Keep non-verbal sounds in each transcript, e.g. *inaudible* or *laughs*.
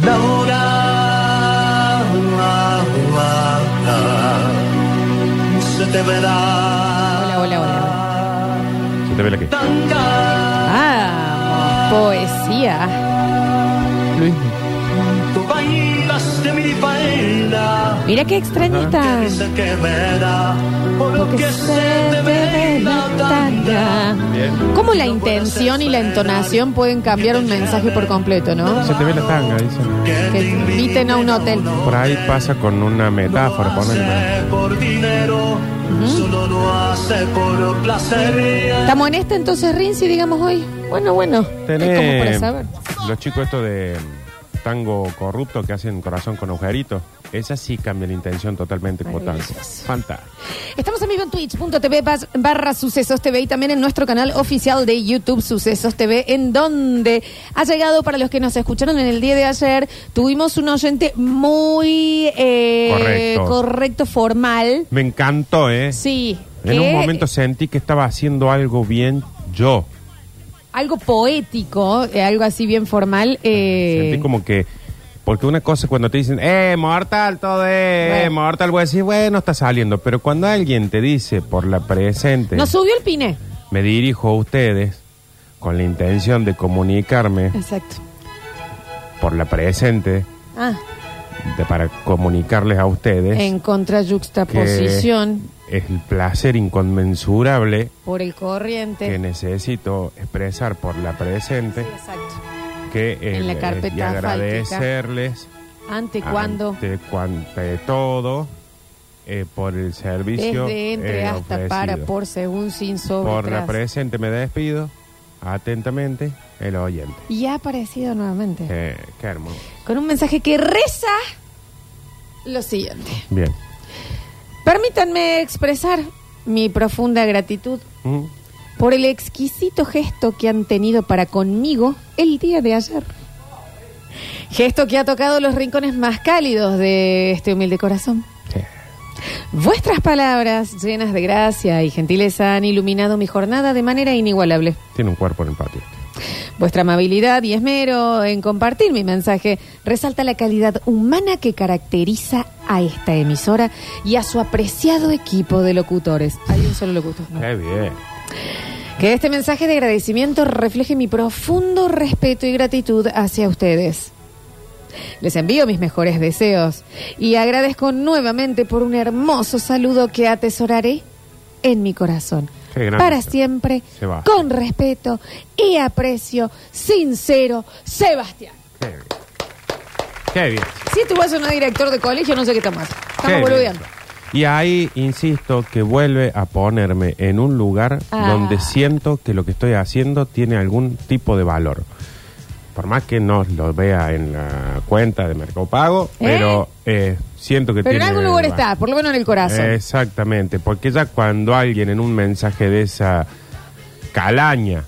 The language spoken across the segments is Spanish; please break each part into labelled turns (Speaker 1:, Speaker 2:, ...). Speaker 1: La hora la, la, la, se te verá
Speaker 2: Hola, hola, hola.
Speaker 3: Se te ve la que.
Speaker 1: tan cara.
Speaker 2: Ah, poesía.
Speaker 3: Luis.
Speaker 1: Tú bailas de mi baila,
Speaker 2: Mira qué extraña
Speaker 1: que
Speaker 2: está.
Speaker 1: se te verá por Ah. lo que se te ve la tanga.
Speaker 3: Bien.
Speaker 2: ¿Cómo la intención y la entonación pueden cambiar un mensaje por completo, no?
Speaker 3: Se te ve la tanga, dicen.
Speaker 1: Que
Speaker 2: Que
Speaker 1: te
Speaker 2: inviten a un hotel.
Speaker 3: Por ahí pasa con una metáfora,
Speaker 1: No
Speaker 3: ponele.
Speaker 1: hace por dinero, solo lo hace por placer.
Speaker 2: Estamos en esta entonces, Rinzi, digamos hoy. Bueno, bueno. Es como para
Speaker 3: Tenés
Speaker 2: saber.
Speaker 3: los chicos estos de mm, tango corrupto que hacen corazón con agujeritos. Esa sí cambia la intención totalmente como tango.
Speaker 2: Maravilloso.
Speaker 3: Fantástico.
Speaker 2: Estamos en vivo en twitch.tv bas- barra sucesos TV y también en nuestro canal oficial de YouTube Sucesos TV, en donde ha llegado para los que nos escucharon en el día de ayer, tuvimos un oyente muy eh,
Speaker 3: Correcto.
Speaker 2: correcto, formal.
Speaker 3: Me encantó, ¿eh?
Speaker 2: Sí.
Speaker 3: En un
Speaker 2: que-
Speaker 3: momento sentí que estaba haciendo algo bien yo.
Speaker 2: Algo poético, eh, algo así bien formal. eh,
Speaker 3: Sentí como que. Porque una cosa es cuando te dicen, eh, mortal, todo es, eh,
Speaker 2: Bueno.
Speaker 3: mortal, voy a decir, bueno, está saliendo. Pero cuando alguien te dice por la presente,
Speaker 2: Nos subió el piné.
Speaker 3: me dirijo a ustedes con la intención de comunicarme
Speaker 2: Exacto.
Speaker 3: por la presente,
Speaker 2: Ah,
Speaker 3: de- para comunicarles a ustedes
Speaker 2: en contra
Speaker 3: que
Speaker 2: yuxtaposición
Speaker 3: es el placer inconmensurable
Speaker 2: por el corriente.
Speaker 3: que necesito expresar por la presente,
Speaker 2: Sí, exacto.
Speaker 3: que
Speaker 2: en la
Speaker 3: eh,
Speaker 2: carpeta
Speaker 3: y agradecerles.
Speaker 2: Ante cuándo.
Speaker 3: Ante, cuante todo, eh, por el servicio.
Speaker 2: Desde entre
Speaker 3: eh,
Speaker 2: hasta
Speaker 3: ofrecido.
Speaker 2: para por según sin sobre
Speaker 3: Por la
Speaker 2: tras.
Speaker 3: presente me despido. Atentamente, el oyente.
Speaker 2: Y ha aparecido nuevamente
Speaker 3: Eh, qué hermoso.
Speaker 2: con un mensaje que reza lo siguiente.
Speaker 3: Bien.
Speaker 2: Permítanme expresar mi profunda gratitud
Speaker 3: Mm.
Speaker 2: por el exquisito gesto que han tenido para conmigo el día de ayer. Gesto que ha tocado los rincones más cálidos de este humilde corazón.
Speaker 3: Eh,
Speaker 2: Vuestras palabras, llenas de gracia y gentileza, han iluminado mi jornada de manera inigualable.
Speaker 3: Tiene un cuerpo en el patio.
Speaker 2: Vuestra amabilidad y esmero en compartir mi mensaje resalta la calidad humana que caracteriza a esta emisora y a su apreciado equipo de locutores. Hay un solo locutor. ¿no?
Speaker 3: Qué bien.
Speaker 2: Que este mensaje de agradecimiento refleje mi profundo respeto y gratitud hacia ustedes. Les envío mis mejores deseos y agradezco nuevamente por un hermoso saludo que atesoraré en mi corazón.
Speaker 3: Qué grande.
Speaker 2: Para siempre,
Speaker 3: Se va.
Speaker 2: con respeto y aprecio sincero, Sebastián.
Speaker 3: Qué bien. Qué bien.
Speaker 2: Si este guaso no es director de colegio, no sé qué estamos. haciendo.
Speaker 3: Qué
Speaker 2: Estamos
Speaker 3: bien.
Speaker 2: boludeando.
Speaker 3: Y ahí insisto que vuelve a ponerme en un lugar
Speaker 2: Ah.
Speaker 3: donde siento que lo que estoy haciendo tiene algún tipo de valor. Por más que no lo vea en la cuenta de Mercado Pago, pero eh, siento que
Speaker 2: Pero en
Speaker 3: tiene
Speaker 2: algún lugar
Speaker 3: valor.
Speaker 2: está, por lo menos en el corazón.
Speaker 3: Exactamente, porque ya cuando alguien en un mensaje de esa calaña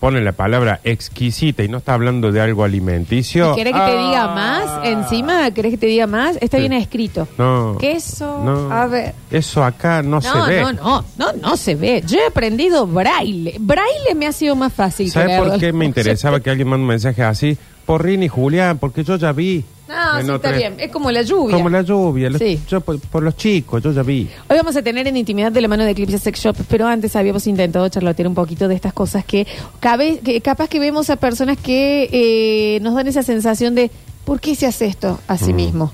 Speaker 3: pone la palabra exquisita y no está hablando de algo alimenticio.
Speaker 2: ¿Y ¿Querés que te
Speaker 3: ah,
Speaker 2: diga más encima? ¿Querés que te diga más? Está
Speaker 3: Sí.
Speaker 2: bien escrito.
Speaker 3: No.
Speaker 2: Queso.
Speaker 3: no,
Speaker 2: A ver.
Speaker 3: ah, Eso acá no,
Speaker 2: No,
Speaker 3: se ve.
Speaker 2: no, no, no, no se ve. Yo he aprendido braille. Braille me ha sido más fácil.
Speaker 3: ¿Sabes
Speaker 2: creerlo.
Speaker 3: por qué me interesaba que alguien mande un mensaje así? Por Rini y Julián, porque yo ya vi.
Speaker 2: *laughs* No,
Speaker 3: en
Speaker 2: sí, está
Speaker 3: otra-
Speaker 2: bien. Es como la lluvia.
Speaker 3: Como la lluvia. los-
Speaker 2: Sí.
Speaker 3: yo por, por los chicos, yo ya vi.
Speaker 2: Hoy vamos a tener en intimidad de la mano de Eclipse Sex Shop, pero antes habíamos intentado charlotear un poquito de estas cosas que, cabe- que capaz que vemos a personas que eh, nos dan esa sensación de ¿por qué se hace esto a
Speaker 3: Mm.
Speaker 2: sí mismo?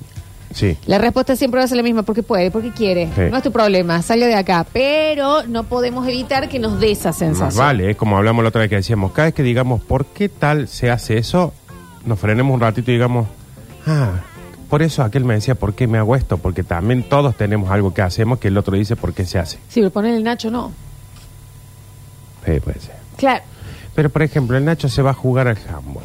Speaker 3: Sí.
Speaker 2: La respuesta siempre va a ser la misma, porque puede, porque quiere.
Speaker 3: Sí.
Speaker 2: No es tu problema, sale de acá. Pero no podemos evitar que nos dé esa sensación.
Speaker 3: Más vale, es como hablamos la otra vez que decíamos, cada vez que digamos por qué tal se hace eso, nos frenemos un ratito y digamos, ah, por eso aquel me decía por qué me hago esto, porque también todos tenemos algo que hacemos que el otro dice por qué se hace.
Speaker 2: Si le ponen el Nacho, no.
Speaker 3: Sí, puede ser.
Speaker 2: Claro.
Speaker 3: Pero por ejemplo, el Nacho se va a jugar al handball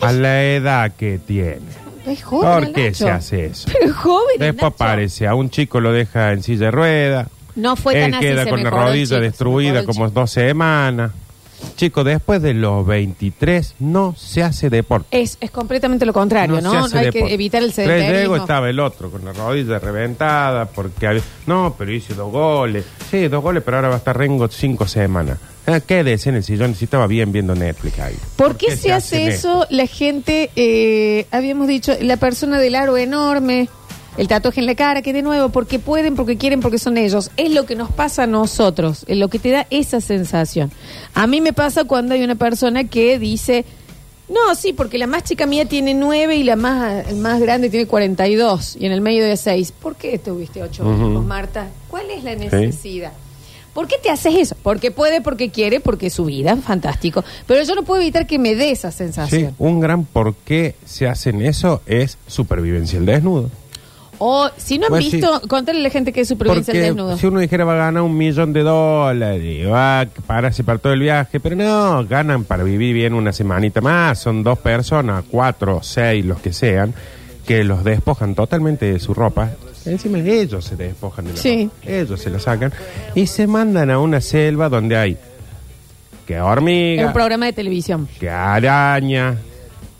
Speaker 3: a la edad que tiene.
Speaker 2: Es joven.
Speaker 3: ¿Por
Speaker 2: el
Speaker 3: qué
Speaker 2: Nacho.
Speaker 3: se hace eso?
Speaker 2: Pero *laughs* es joven. el
Speaker 3: Después
Speaker 2: Nacho.
Speaker 3: aparece, a un chico lo deja en silla de rueda.
Speaker 2: No fue
Speaker 3: Él
Speaker 2: tan así,
Speaker 3: queda
Speaker 2: se
Speaker 3: con la
Speaker 2: mejoró el
Speaker 3: rodilla
Speaker 2: chico, se mejoró
Speaker 3: destruida
Speaker 2: el
Speaker 3: como
Speaker 2: chico.
Speaker 3: dos semanas. Chicos, después de los 23 no se hace deporte.
Speaker 2: Es, es completamente lo contrario, ¿no?
Speaker 3: se hace
Speaker 2: Hay
Speaker 3: deporte.
Speaker 2: que evitar el
Speaker 3: Tres Diego
Speaker 2: sedentarismo.
Speaker 3: estaba el otro con la rodilla reventada porque había- no, pero hice dos goles. Sí, dos goles, pero ahora va a estar Rengo cinco semanas. Ah, Quédese en el sillón si estaba bien viendo Netflix ahí.
Speaker 2: ¿Por qué se hace
Speaker 3: hacen
Speaker 2: eso? La gente, eh, habíamos dicho, la persona del aro enorme, el tatuaje en la cara, que de nuevo, porque pueden, porque quieren, porque son ellos. Es lo que nos pasa a nosotros, es lo que te da esa sensación. A mí me pasa cuando hay una persona que dice, no, sí, porque la más chica mía tiene nueve y la más, más grande tiene 42 y en el medio de seis. ¿Por qué tuviste ocho
Speaker 3: Ujú.
Speaker 2: hijos, Marta? ¿Cuál es la necesidad? ¿Por qué te haces eso? Porque puede, porque quiere, porque es su vida, fantástico. Pero yo no puedo evitar que me dé esa
Speaker 3: Sí,
Speaker 2: sensación.
Speaker 3: un gran por qué se hacen eso es supervivencia al desnudo.
Speaker 2: O si no han
Speaker 3: Pues sí.
Speaker 2: visto, contale a la gente que es supervivencia al
Speaker 3: Porque
Speaker 2: desnudo.
Speaker 3: si uno dijera va a ganar un millón de dólares y va a pararse para todo el viaje, pero no, ganan para vivir bien una semanita más, son dos personas, cuatro, seis, los que sean, que los despojan totalmente de su ropa. Encima ellos se despojan de la
Speaker 2: Sí.
Speaker 3: ropa, ellos se la sacan y se mandan a una selva donde hay que
Speaker 2: Es un
Speaker 3: hormiga,
Speaker 2: programa de televisión.
Speaker 3: que araña,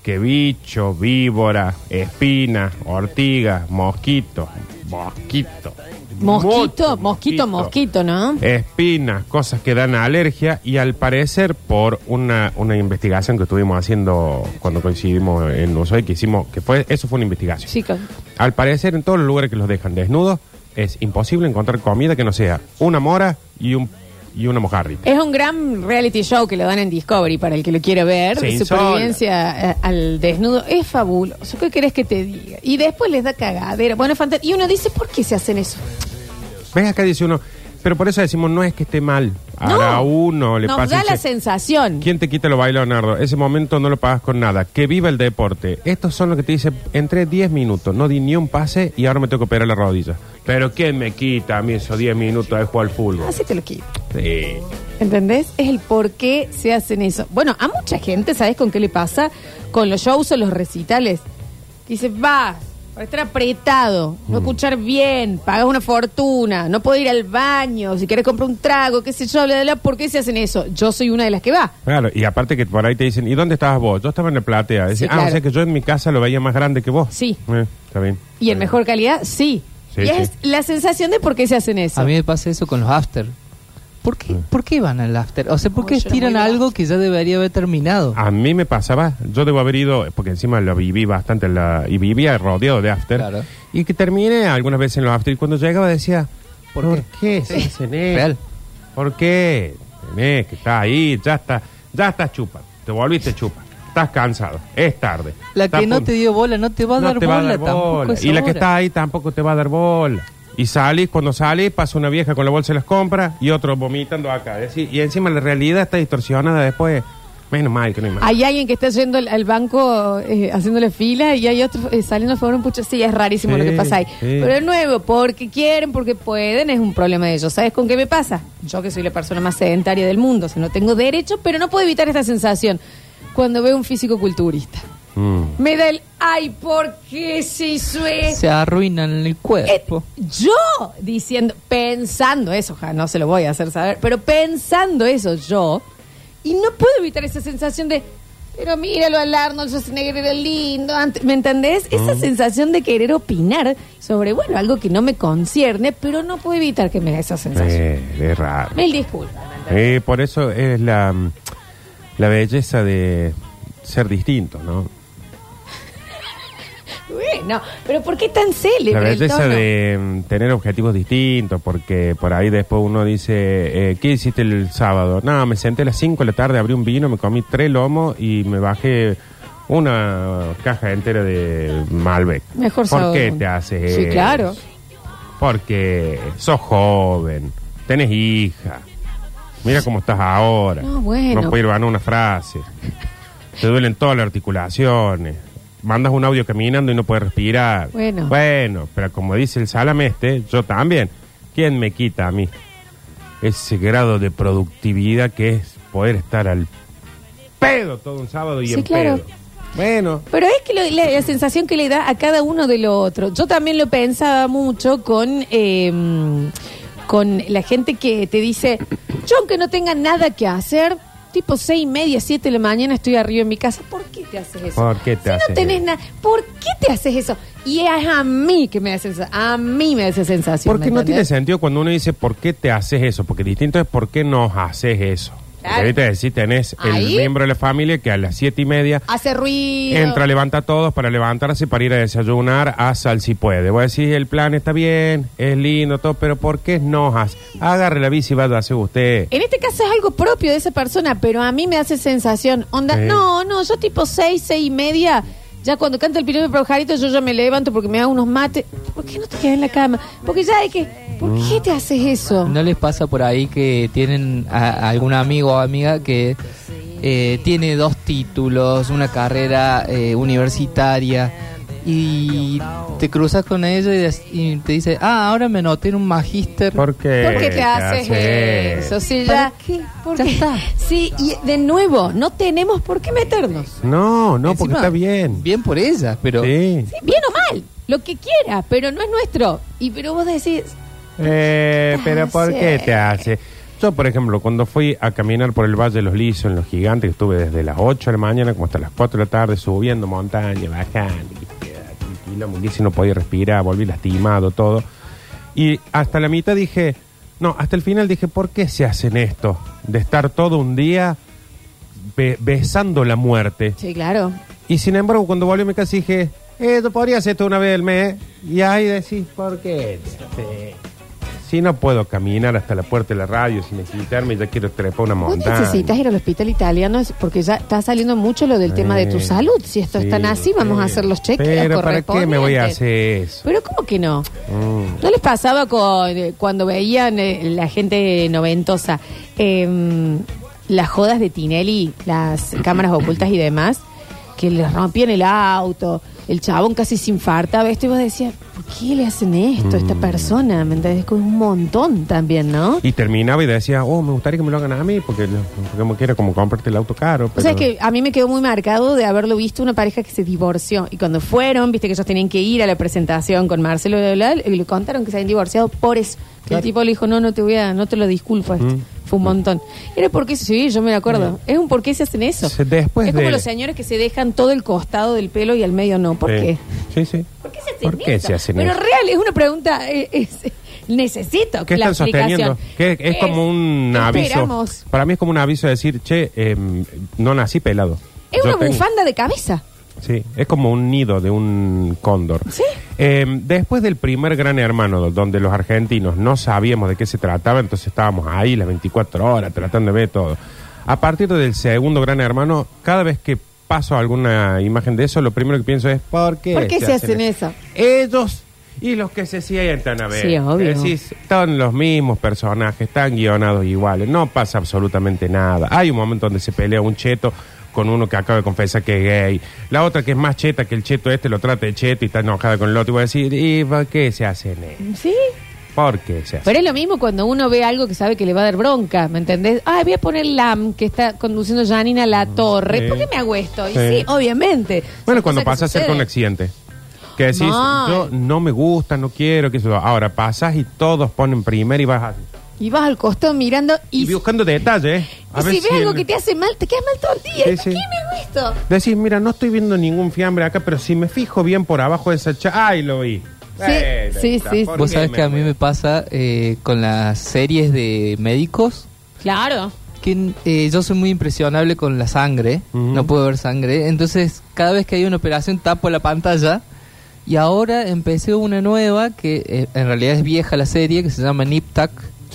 Speaker 3: que bicho, víbora, espina, ortiga, mosquito, mosquito. Eh.
Speaker 2: Mosquito,
Speaker 3: mucho
Speaker 2: mosquito, mosquito, ¿no?
Speaker 3: Espinas, cosas que dan alergia y al parecer por una, una investigación que estuvimos haciendo cuando coincidimos en Ushuaia, que hicimos, que fue, eso fue una investigación.
Speaker 2: Chicos,
Speaker 3: Al parecer en todos los lugares que los dejan desnudos es imposible encontrar comida que no sea una mora y un y una mojarrita.
Speaker 2: es un gran reality show que lo dan en Discovery para el que lo quiera ver.
Speaker 3: Se insola.
Speaker 2: supervivencia eh, al desnudo es fabuloso. ¿Qué querés que te diga? Y después les da cagadera. Bueno, fantas- Y uno dice, ¿por qué se hacen eso?
Speaker 3: ¿Ves acá dice uno? Pero por eso decimos, no es que esté mal.
Speaker 2: No.
Speaker 3: Ahora a uno le
Speaker 2: Nos
Speaker 3: pasa.
Speaker 2: da
Speaker 3: y
Speaker 2: la
Speaker 3: dice,
Speaker 2: sensación.
Speaker 3: ¿Quién te quita lo baila, Leonardo? Ese momento no lo pagas con nada. Que viva el deporte. Estos son los que te dicen, entré 10 minutos, no di ni un pase y ahora me tengo que operar la rodilla. Pero ¿quién me quita a mí esos 10 minutos de jugar al fútbol?
Speaker 2: Así te lo quito.
Speaker 3: Sí.
Speaker 2: ¿Entendés? Es el por qué se hacen eso. Bueno, a mucha gente, ¿sabes con qué le pasa? Con los shows o los recitales. Dice, va, para estar apretado,
Speaker 3: Mm.
Speaker 2: no escuchar bien, pagas una fortuna, no puedo ir al baño, si quieres comprar un trago, qué sé yo, bla, bla, bla. ¿por qué se hacen eso? Yo soy una de las que va.
Speaker 3: Claro, y aparte que por ahí te dicen, ¿y dónde estabas vos? Yo estaba en la platea. Dicen,
Speaker 2: Sí,
Speaker 3: Ah,
Speaker 2: claro.
Speaker 3: o sea que yo en mi casa lo veía más grande que vos.
Speaker 2: Sí.
Speaker 3: Eh, está bien.
Speaker 2: Y en mejor calidad, sí.
Speaker 3: Sí,
Speaker 2: y
Speaker 3: sí.
Speaker 2: es la sensación de por qué se hacen eso.
Speaker 4: A mí me pasa eso con los after. ¿Por qué, ¿Por qué van al after? O sea, ¿por qué
Speaker 2: Oye,
Speaker 4: estiran
Speaker 2: muy
Speaker 4: algo que ya debería haber terminado?
Speaker 3: A mí me pasaba, yo debo haber ido, porque encima lo viví bastante la, y vivía rodeado de after.
Speaker 4: Claro.
Speaker 3: Y que terminé algunas veces en los after y cuando llegaba decía, ¿por,
Speaker 4: ¿Por
Speaker 3: qué? se hacen esto?
Speaker 4: Real.
Speaker 3: ¿Por qué? Tenés que estar ahí, ya está, ya estás chupa, te volviste chupa, estás cansado, es tarde.
Speaker 4: La
Speaker 3: Está a
Speaker 4: que no
Speaker 3: punto-
Speaker 4: te dio bola no te va a
Speaker 3: no
Speaker 4: dar
Speaker 3: te
Speaker 4: bola
Speaker 3: va a dar
Speaker 4: tampoco.
Speaker 3: bola.
Speaker 4: esa
Speaker 3: Y la que
Speaker 4: hora.
Speaker 3: está ahí tampoco te va a dar bola. Y salís, cuando salís, pasa una vieja con la bolsa y las compra y otro vomitando acá. Es decir, Y encima la realidad está distorsionada después. Menos mal que no hay más.
Speaker 2: Hay alguien que está yendo al, al banco eh, haciéndole fila y hay otro eh, saliendo a favor un pucho. Sí, es rarísimo lo
Speaker 3: Sí,
Speaker 2: que pasa ahí.
Speaker 3: sí.
Speaker 2: Pero de nuevo, porque quieren, porque pueden, es un problema de ellos. ¿Sabes con qué me pasa? Yo que soy la persona más sedentaria del mundo, o sea, no tengo derecho, pero no puedo evitar esta sensación cuando veo un físico culturista.
Speaker 3: Mm.
Speaker 2: Me da el, ay, ¿por qué se hizo esto?"
Speaker 4: Se arruinan el
Speaker 3: Eh,
Speaker 4: cuerpo.
Speaker 2: Eh, Yo diciendo, pensando eso, ja, no se lo voy a hacer saber, pero pensando eso yo, y no puedo evitar esa sensación de, pero míralo al Arnold Schwarzenegger era lindo, antes", ¿me entendés?
Speaker 3: Mm.
Speaker 2: Esa sensación de querer opinar sobre, bueno, algo que no me concierne, pero no puedo evitar que me dé esa sensación.
Speaker 3: Eh, es raro.
Speaker 2: Mil disculpas.
Speaker 3: Eh, por eso es la, mm, la belleza de ser distinto, ¿no?
Speaker 2: Bueno, pero ¿por qué tan célebre?
Speaker 3: La
Speaker 2: el
Speaker 3: belleza
Speaker 2: tono?
Speaker 3: de mm, tener objetivos distintos, porque por ahí después uno dice, eh, ¿qué hiciste el sábado? No, me senté a las 5 de la tarde, abrí un vino, me comí tres lomos y me bajé una caja entera de Malbec.
Speaker 2: Mejor
Speaker 3: ¿Por
Speaker 2: sábado
Speaker 3: qué
Speaker 2: del mundo.
Speaker 3: te haces
Speaker 2: Sí,
Speaker 3: eso?
Speaker 2: claro.
Speaker 3: Porque sos joven, tenés hija. Mira cómo estás ahora.
Speaker 2: No, Ah, bueno.
Speaker 3: No puedes ir ganar una frase. Te duelen todas las articulaciones. Mandas un audio caminando y no puedes respirar.
Speaker 2: Bueno.
Speaker 3: Bueno, pero como dice el salame este, yo también. ¿Quién me quita a mí ese grado de productividad que es poder estar al pedo todo un sábado y
Speaker 2: Sí,
Speaker 3: en
Speaker 2: claro.
Speaker 3: pedo? Bueno,
Speaker 2: Pero es que lo- la, la sensación que le da a cada uno de lo otro. Yo también lo pensaba mucho con, em, eh, con la gente que te dice, yo aunque no tenga nada que hacer, tipo seis y media, siete de la mañana estoy arriba en mi casa. ¿Por qué te haces eso?
Speaker 3: ¿Por qué te
Speaker 2: Si
Speaker 3: haces
Speaker 2: no tenés
Speaker 3: eso?
Speaker 2: nada. ¿Por qué te haces eso? Y es a mí que me hace esa- A mí me hace sensación.
Speaker 3: Porque
Speaker 2: ¿me
Speaker 3: no tiene
Speaker 2: entendés?
Speaker 3: sentido cuando uno dice por qué te haces eso, porque distinto es por qué nos haces eso.
Speaker 2: Claro.
Speaker 3: Ahorita decís, tenés
Speaker 2: Ahí. Ah,
Speaker 3: el miembro de la familia que a las siete y media
Speaker 2: Hace ruido.
Speaker 3: entra, levanta a todos para levantarse, para ir a desayunar, a sal si puede. Voy a decir, el plan está bien, es lindo, todo, pero ¿por qué no haces? Agarre la bici y vaya a hacer usted.
Speaker 2: En este caso es algo propio de esa persona, pero a mí me hace sensación. Onda,
Speaker 3: Sí.
Speaker 2: no, no, yo tipo seis, seis y media, ya cuando canta el pirón de Projarito, yo ya me levanto porque me hago unos mates. ¿Por qué no te quedas en la cama? Porque ya hay que. ¿Por qué te haces eso?
Speaker 4: ¿No les pasa por ahí que tienen a- a algún amigo o amiga que eh, tiene dos títulos, una carrera eh, universitaria y te cruzas con ella y, des- y te dice, ah, ahora me noté en un magíster?
Speaker 3: ¿Por qué,
Speaker 2: ¿Por qué te haces eso? Sí, ya, ¿Por
Speaker 4: Ya
Speaker 2: qué?
Speaker 4: está.
Speaker 2: Sí, y de nuevo, no tenemos por qué meternos.
Speaker 3: No, no, porque
Speaker 4: Encima,
Speaker 3: está bien.
Speaker 4: Bien por ella, pero...
Speaker 3: Sí.
Speaker 2: Sí, bien o mal, lo que quieras, pero no es nuestro. Y pero vos decís,
Speaker 3: Eh, pero ¿por qué
Speaker 2: haces?
Speaker 3: te hace? Yo, por ejemplo, cuando fui a caminar por el Valle de los Lisos, en Los Gigantes, que estuve desde las 8 de la mañana como hasta las 4 de la tarde, subiendo montaña, bajando, y, eh, tranquilo, si no podía respirar, volví lastimado, todo. Y hasta la mitad dije, no, hasta el final dije, ¿por qué se hacen esto? De estar todo un día be- besando la muerte.
Speaker 2: sí, claro.
Speaker 3: Y sin embargo, cuando volví a mi casa dije, eh, yo podría hacer esto una vez al mes. Y ahí decís, ¿por qué? Este, Si no puedo caminar hasta la puerta de la radio sin necesitarme, ya quiero trepar una
Speaker 2: Vos
Speaker 3: montaña.
Speaker 2: necesitas ir al hospital italiano es porque ya está saliendo mucho lo del tema de tu
Speaker 3: Sí,
Speaker 2: salud. Si esto es tan
Speaker 3: Eh, sí,
Speaker 2: así, vamos a
Speaker 3: sí.
Speaker 2: hacer los cheques.
Speaker 3: Pero ¿para qué me voy a hacer eso?
Speaker 2: Pero ¿cómo que no?
Speaker 3: Mm.
Speaker 2: ¿No les pasaba con, eh, cuando veían eh, la gente noventosa em, las jodas de Tinelli, las cámaras ocultas y demás, que les rompían el auto, el chabón casi se infartaba, esto y vos decías, ¿por qué le hacen esto a
Speaker 3: Mm.
Speaker 2: esta persona? ¿Me entendés? Con un montón también, ¿no?
Speaker 3: Y terminaba y decía, oh, me gustaría que me lo hagan a mí, porque, lo- porque me quiero como comprarte el auto caro.
Speaker 2: O
Speaker 3: pero-
Speaker 2: sea que a mí me quedó muy marcado de haberlo visto una pareja que se divorció y cuando fueron, viste que ellos tenían que ir a la presentación con Marcelo bla, bla, bla, y le contaron que se habían divorciado por eso. Que El tipo le dijo, "No, no te voy a no te lo disculpo." esto".
Speaker 3: Mm.
Speaker 2: Fue un montón. Era porque sí, yo me lo acuerdo. Es un por qué se hacen eso.
Speaker 3: Se- después
Speaker 2: es como
Speaker 3: de-
Speaker 2: los señores que se dejan todo el costado del pelo y al medio no, ¿por
Speaker 3: Sí.
Speaker 2: qué?
Speaker 3: Sí, sí.
Speaker 2: ¿Por qué se hacen
Speaker 3: ¿Por qué
Speaker 2: eso?
Speaker 3: se hacen
Speaker 2: Pero
Speaker 3: eso?
Speaker 2: real, es una pregunta eh, es- necesito
Speaker 3: ¿Qué
Speaker 2: la
Speaker 3: están sosteniendo?
Speaker 2: explicación.
Speaker 3: Que es, es como un
Speaker 2: ¿qué
Speaker 3: aviso.
Speaker 2: esperamos?
Speaker 3: Para mí es como un aviso de decir, che, em, no nací pelado.
Speaker 2: Es
Speaker 3: Yo
Speaker 2: una
Speaker 3: tengo-
Speaker 2: bufanda de cabeza.
Speaker 3: Sí, es como un nido de un cóndor.
Speaker 2: Sí.
Speaker 3: Eh, después del primer Gran Hermano, do- donde los argentinos no sabíamos de qué se trataba, entonces estábamos ahí las 24 horas tratando de ver todo. A partir del segundo Gran Hermano, cada vez que paso alguna imagen de eso, lo primero que pienso es, ¿por qué,
Speaker 2: ¿Por qué se hacen eso?
Speaker 3: Ellos y los que se sientan a ver.
Speaker 2: Sí, obvio.
Speaker 3: Es decir, están los mismos personajes, están guionados iguales, no pasa absolutamente nada. Hay un momento donde se pelea un cheto con uno que acaba de confesar que es gay. La otra que es más cheta que el cheto este lo trata de cheto y está enojada con el otro y va a decir, ¿y por qué se hacen eso?
Speaker 2: Sí.
Speaker 3: ¿Por qué se hacen
Speaker 2: Pero es lo mismo cuando uno ve algo que sabe que le va a dar bronca, ¿me entendés? Ah, voy a poner LAM, que está conduciendo Janina a la torre.
Speaker 3: Mm, sí.
Speaker 2: ¿Por qué me hago esto? Y
Speaker 3: Sí.
Speaker 2: sí, obviamente.
Speaker 3: Bueno,
Speaker 2: Son
Speaker 3: cuando
Speaker 2: cosas que
Speaker 3: pasas cerca de un
Speaker 2: suceden.
Speaker 3: accidente. Que decís,
Speaker 2: Mal.
Speaker 3: yo no me gusta, no quiero, que eso. Ahora pasas y todos ponen primero y vas a-
Speaker 2: Y vas al costado mirando y,
Speaker 3: y buscando detalles. ¿eh?
Speaker 2: y si ves algo
Speaker 3: el-
Speaker 2: que te hace mal, te quedas mal todo el día.
Speaker 3: Sí,
Speaker 2: ¿Y
Speaker 3: sí.
Speaker 2: ¿Por qué me hago esto?
Speaker 3: Decís, mira, no estoy viendo ningún fiambre acá, pero si me fijo bien por abajo de esa cha... ¡Ay, lo vi! Bueno,
Speaker 2: sí,
Speaker 3: está,
Speaker 2: sí,
Speaker 3: ¿por
Speaker 4: Vos
Speaker 3: qué
Speaker 4: sabés
Speaker 3: me
Speaker 4: que a mí
Speaker 3: fue?
Speaker 4: me pasa eh, con las series de médicos,
Speaker 2: Claro.
Speaker 4: que eh, yo soy muy impresionable con la sangre,
Speaker 3: Ujú.
Speaker 4: no puedo ver sangre, entonces cada vez que hay una operación tapo la pantalla y ahora empecé una nueva que eh, en realidad es vieja la serie que se llama Nip Tuck,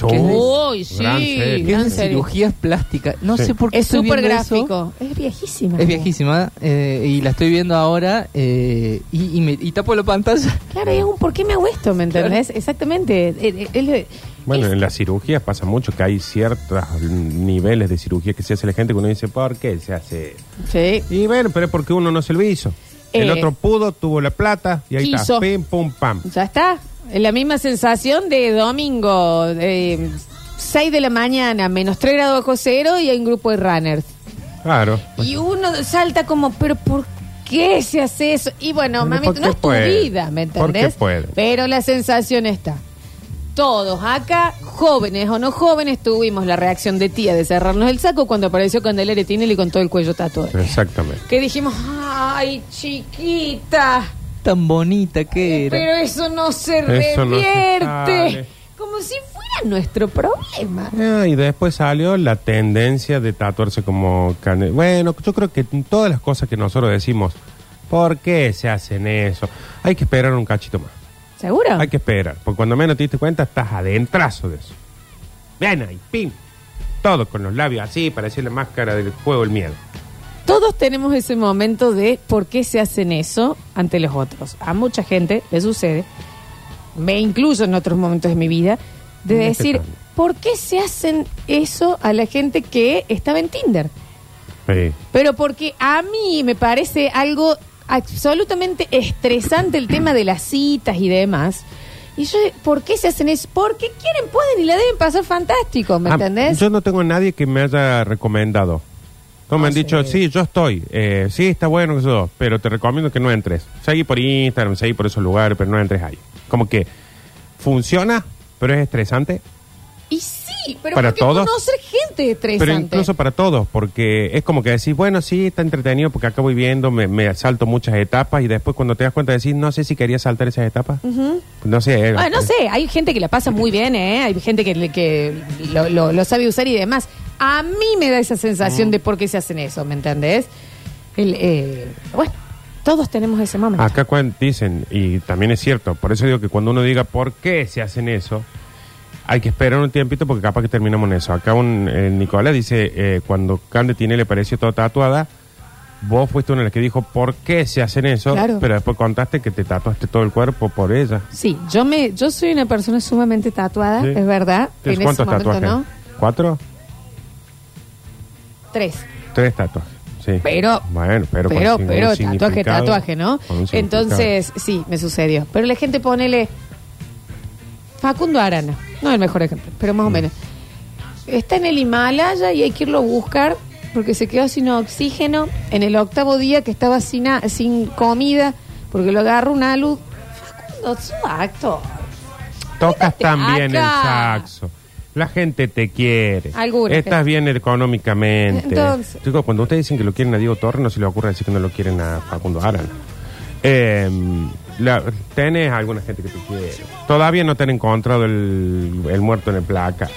Speaker 4: que es de-
Speaker 3: Oh,
Speaker 2: Uy, sí.
Speaker 3: gran serie.
Speaker 4: que es de
Speaker 2: gran serie.
Speaker 4: cirugías plásticas, no
Speaker 3: Sí.
Speaker 4: sé por qué
Speaker 2: Es
Speaker 4: estoy
Speaker 2: súper
Speaker 4: viendo eso.
Speaker 2: gráfico. Es viejísima.
Speaker 4: Es viejísima eh, y la estoy viendo ahora eh, y, y me- y tapo la pantalla. *laughs*
Speaker 2: Claro, y es un por qué me hago esto, ¿me entendés? Exactamente. Es- es- es-
Speaker 3: Bueno, en las cirugías pasa mucho que hay ciertos mm, niveles de cirugía que se hace la gente que uno dice, ¿por qué se hace?
Speaker 2: sí.
Speaker 3: Y bueno, pero es porque uno no se lo hizo. El
Speaker 2: Eh,
Speaker 3: otro pudo, tuvo la plata y ahí
Speaker 2: quiso.
Speaker 3: está, pim, pum, pam.
Speaker 2: Ya está. Es La misma sensación de domingo, eh, 6 de la mañana, menos 3 grados bajo cero y hay un grupo de runners.
Speaker 3: Claro.
Speaker 2: Y uno salta como, pero ¿por qué se hace eso? Y bueno,
Speaker 3: Pero
Speaker 2: mami,
Speaker 3: ¿por
Speaker 2: no
Speaker 3: qué
Speaker 2: es tu
Speaker 3: puede?
Speaker 2: vida, ¿me
Speaker 3: ¿Por qué
Speaker 2: entendés?
Speaker 3: puede?
Speaker 2: Pero la sensación está. Todos acá, jóvenes o no jóvenes, tuvimos la reacción de tía de cerrarnos el saco cuando apareció Candelaria Tinelli con todo el cuello tatuado.
Speaker 3: Exactamente.
Speaker 2: Que dijimos, ay, chiquita,
Speaker 4: Tan bonita que era.
Speaker 2: pero eso no se
Speaker 3: Eso no se
Speaker 2: revierte.
Speaker 3: sale.
Speaker 2: Como si fuera nuestro problema.
Speaker 3: Ah, y después salió la tendencia de tatuarse como Candelaria. Bueno, yo creo que en todas las cosas que nosotros decimos, ¿por qué se hacen eso? Hay que esperar un cachito más.
Speaker 2: ¿Seguro?
Speaker 3: Hay que esperar, porque cuando menos te diste cuenta estás adentrazo de eso. Ven ahí, pim. Todo con los labios así, parecía la máscara del juego El Miedo.
Speaker 2: Todos tenemos ese momento de por qué se hacen eso ante los otros. A mucha gente le sucede, me incluyo en otros momentos de mi vida, de
Speaker 3: En este
Speaker 2: decir,
Speaker 3: también.
Speaker 2: ¿por qué se hacen eso a la gente que estaba en Tinder?
Speaker 3: Sí.
Speaker 2: Pero porque a mí me parece algo absolutamente estresante el tema de las citas y demás. Y yo, ¿por qué se hacen eso? Porque quieren, pueden y la deben pasar fantástico, ¿me
Speaker 3: Ah,
Speaker 2: entendés?
Speaker 3: Yo no tengo a nadie que me haya recomendado. No,
Speaker 2: Ah,
Speaker 3: me han dicho, sí, yo estoy, eh, sí, está bueno que eso, pero te recomiendo que no entres. Seguí por Instagram, seguí por esos lugares, pero no entres ahí. Como que funciona, pero es estresante,
Speaker 2: Y sí, pero
Speaker 3: Para
Speaker 2: porque
Speaker 3: todos.
Speaker 2: conocer gente estresante.
Speaker 3: pero incluso para todos, porque es como que decís, bueno, sí, está entretenido porque acá voy viendo, me, me salto muchas etapas y después cuando te das cuenta decís, no sé si quería saltar esas etapas. No sé. eh,
Speaker 2: Ah, no sé, hay gente que la pasa muy bien, ¿eh? Hay gente que, le- que lo, lo- lo sabe usar y demás. A mí me da esa
Speaker 3: Ah.
Speaker 2: sensación de por qué se hacen eso, ¿me entendés? El, eh, bueno, todos tenemos ese momento.
Speaker 3: Acá cuan- dicen, y también es cierto, por eso digo que cuando uno diga por qué se hacen eso, hay que esperar un tiempito porque capaz que terminamos en eso. Acá un eh, Nicolás dice, eh, cuando Cande tiene le pareció toda tatuada, vos fuiste una de las que dijo por qué se hacen eso,
Speaker 2: Claro.
Speaker 3: pero después contaste que te tatuaste todo el cuerpo por ella.
Speaker 2: Sí, yo me, yo soy una persona sumamente tatuada,
Speaker 3: Sí.
Speaker 2: es verdad.
Speaker 3: ¿Tienes
Speaker 2: En ese
Speaker 3: ¿Cuántos
Speaker 2: momento,
Speaker 3: tatuajes?
Speaker 2: ¿no?
Speaker 3: ¿Cuatro?
Speaker 2: Tres.
Speaker 3: Tres tatuajes. Sí.
Speaker 2: Pero,
Speaker 3: bueno, pero, con
Speaker 2: pero,
Speaker 3: sin-
Speaker 2: pero,
Speaker 3: un
Speaker 2: tatuaje,
Speaker 3: significado,
Speaker 2: tatuaje, ¿no?
Speaker 3: con un significado.
Speaker 2: Entonces, sí, me sucedió. Pero la gente ponele Facundo Arana, no el mejor ejemplo, pero
Speaker 3: Mm.
Speaker 2: más o menos. Está en el Himalaya y hay que irlo a buscar porque se quedó sin oxígeno en el octavo día que estaba sin, a- sin comida porque lo agarró una luz. Facundo, sos actor.
Speaker 3: Tocas
Speaker 2: Quédate
Speaker 3: también
Speaker 2: acá.
Speaker 3: el saxo. La gente te quiere.
Speaker 2: Alguna
Speaker 3: Estás bien económicamente.
Speaker 2: Entonces.
Speaker 3: Chicos, cuando ustedes dicen que lo quieren a Diego Torres, no se les ocurre decir que no lo quieren a Facundo Arana. Eh, la- tenés alguna gente que te quiere. Todavía no te han encontrado el, el muerto en el placa.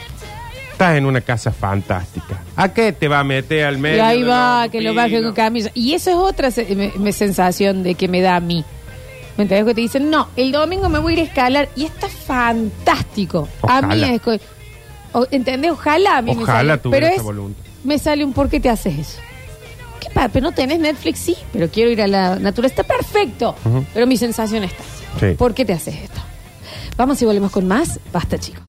Speaker 3: Estás en una casa fantástica. ¿A qué te va a meter al medio?
Speaker 2: Y ahí
Speaker 3: de
Speaker 2: va,
Speaker 3: los
Speaker 2: que lo baje con
Speaker 3: pinos?
Speaker 2: camisa. Y eso es otra se- me- me sensación de que me da a mí. ¿Me entendés? Que te dicen, no, el domingo me voy a ir a escalar y está fantástico. A mí
Speaker 3: Ojalá.
Speaker 2: es. co- o- ¿Entendés? Ojalá a mí me
Speaker 3: Ojalá
Speaker 2: sale.
Speaker 3: tuviera
Speaker 2: pero
Speaker 3: esa
Speaker 2: es-
Speaker 3: voluntad.
Speaker 2: Me sale un por qué te haces eso. ¿Qué pa- pero ¿No tenés Netflix? Sí, pero quiero ir a la naturaleza. Está perfecto. Pero mi sensación está.
Speaker 3: Sí.
Speaker 2: ¿Por qué te haces esto? Vamos y volvemos con más. Basta, chicos.